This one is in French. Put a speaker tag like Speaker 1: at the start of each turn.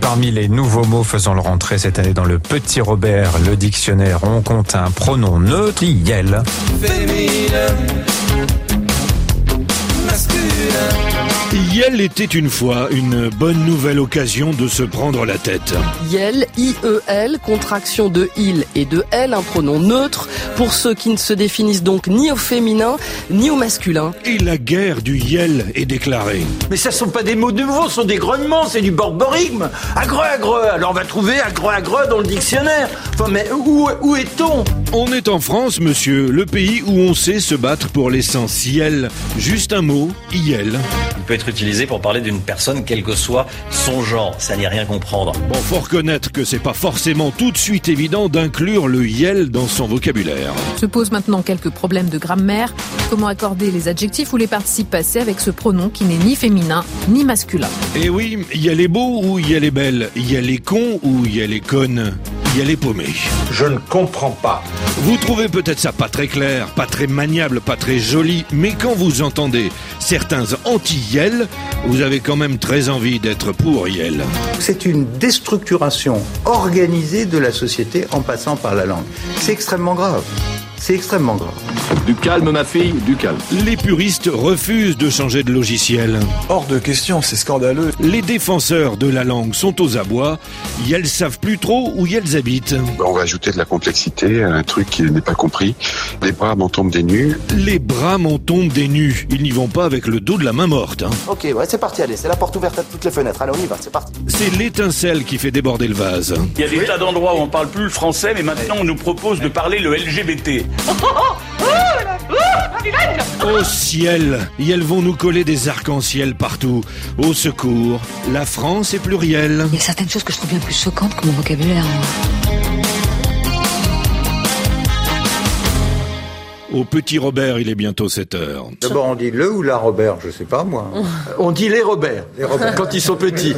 Speaker 1: parmi les nouveaux mots faisant leur entrée cette année dans le Petit Robert, le dictionnaire, on compte un pronom neutre, iel,
Speaker 2: féminin, masculin,
Speaker 3: Yel était une fois une bonne nouvelle occasion de se prendre la tête.
Speaker 4: IEL, IEL, E contraction de il et de elle, un pronom neutre, pour ceux qui ne se définissent donc ni au féminin ni au masculin.
Speaker 3: Et la guerre du Yel est déclarée.
Speaker 5: Mais ça sont pas des mots nouveaux, ce sont des grognements, c'est du borborigme. Agreux, agreux. Alors on va trouver agreux, agreux dans le dictionnaire. Enfin, mais où, où est-on
Speaker 3: On est en France, monsieur, le pays où on sait se battre pour l'essentiel. Juste un mot, Yel.
Speaker 6: Il peut être utilisé pour parler d'une personne, quel que soit son genre. Ça n'est rien comprendre.
Speaker 3: Bon, faut reconnaître que c'est pas forcément tout de suite évident d'inclure le Yel dans son vocabulaire.
Speaker 7: Se posent maintenant quelques problèmes de grammaire. Comment accorder les adjectifs ou les participes passés avec ce pronom qui n'est ni féminin ni masculin
Speaker 3: Eh oui, Yel est beau ou Yel est belle Yel est con ou Yel est conne Yel est paumé.
Speaker 8: Je ne comprends pas.
Speaker 3: Vous trouvez peut-être ça pas très clair, pas très maniable, pas très joli, mais quand vous entendez certains anti-Yel, vous avez quand même très envie d'être pour Yel.
Speaker 9: C'est une déstructuration organisée de la société en passant par la langue. C'est extrêmement grave. C'est extrêmement grave.
Speaker 10: Du calme, ma fille, du calme.
Speaker 3: Les puristes refusent de changer de logiciel.
Speaker 8: Hors de question, c'est scandaleux.
Speaker 3: Les défenseurs de la langue sont aux abois. Yel savent plus trop où Yels habitent.
Speaker 11: Bah, On va ajouter de la complexité, à un truc qui n'est pas compris. Les bras m'en tombent des nues.
Speaker 3: Les bras m'en tombent des nus. Ils n'y vont pas avec le dos de la main morte. hein.
Speaker 5: Ok, ouais, c'est parti, allez, c'est la porte ouverte à toutes les fenêtres. Allez, on y va, c'est parti.
Speaker 3: C'est l'étincelle qui fait déborder le vase.
Speaker 12: Il y a des tas d'endroits où on parle plus le français, mais maintenant on nous propose de parler le LGBT.
Speaker 3: Au ciel, et elles vont nous coller des arcs-en-ciel partout. Au secours, la France est plurielle.
Speaker 13: Il y a certaines choses que je trouve bien plus choquantes que mon vocabulaire.
Speaker 3: Au petit Robert, il est bientôt 7 heures.
Speaker 9: D'abord, on dit le ou la Robert, je sais pas moi.
Speaker 5: On dit les Robert,
Speaker 9: Les Robert.
Speaker 5: quand ils sont petits.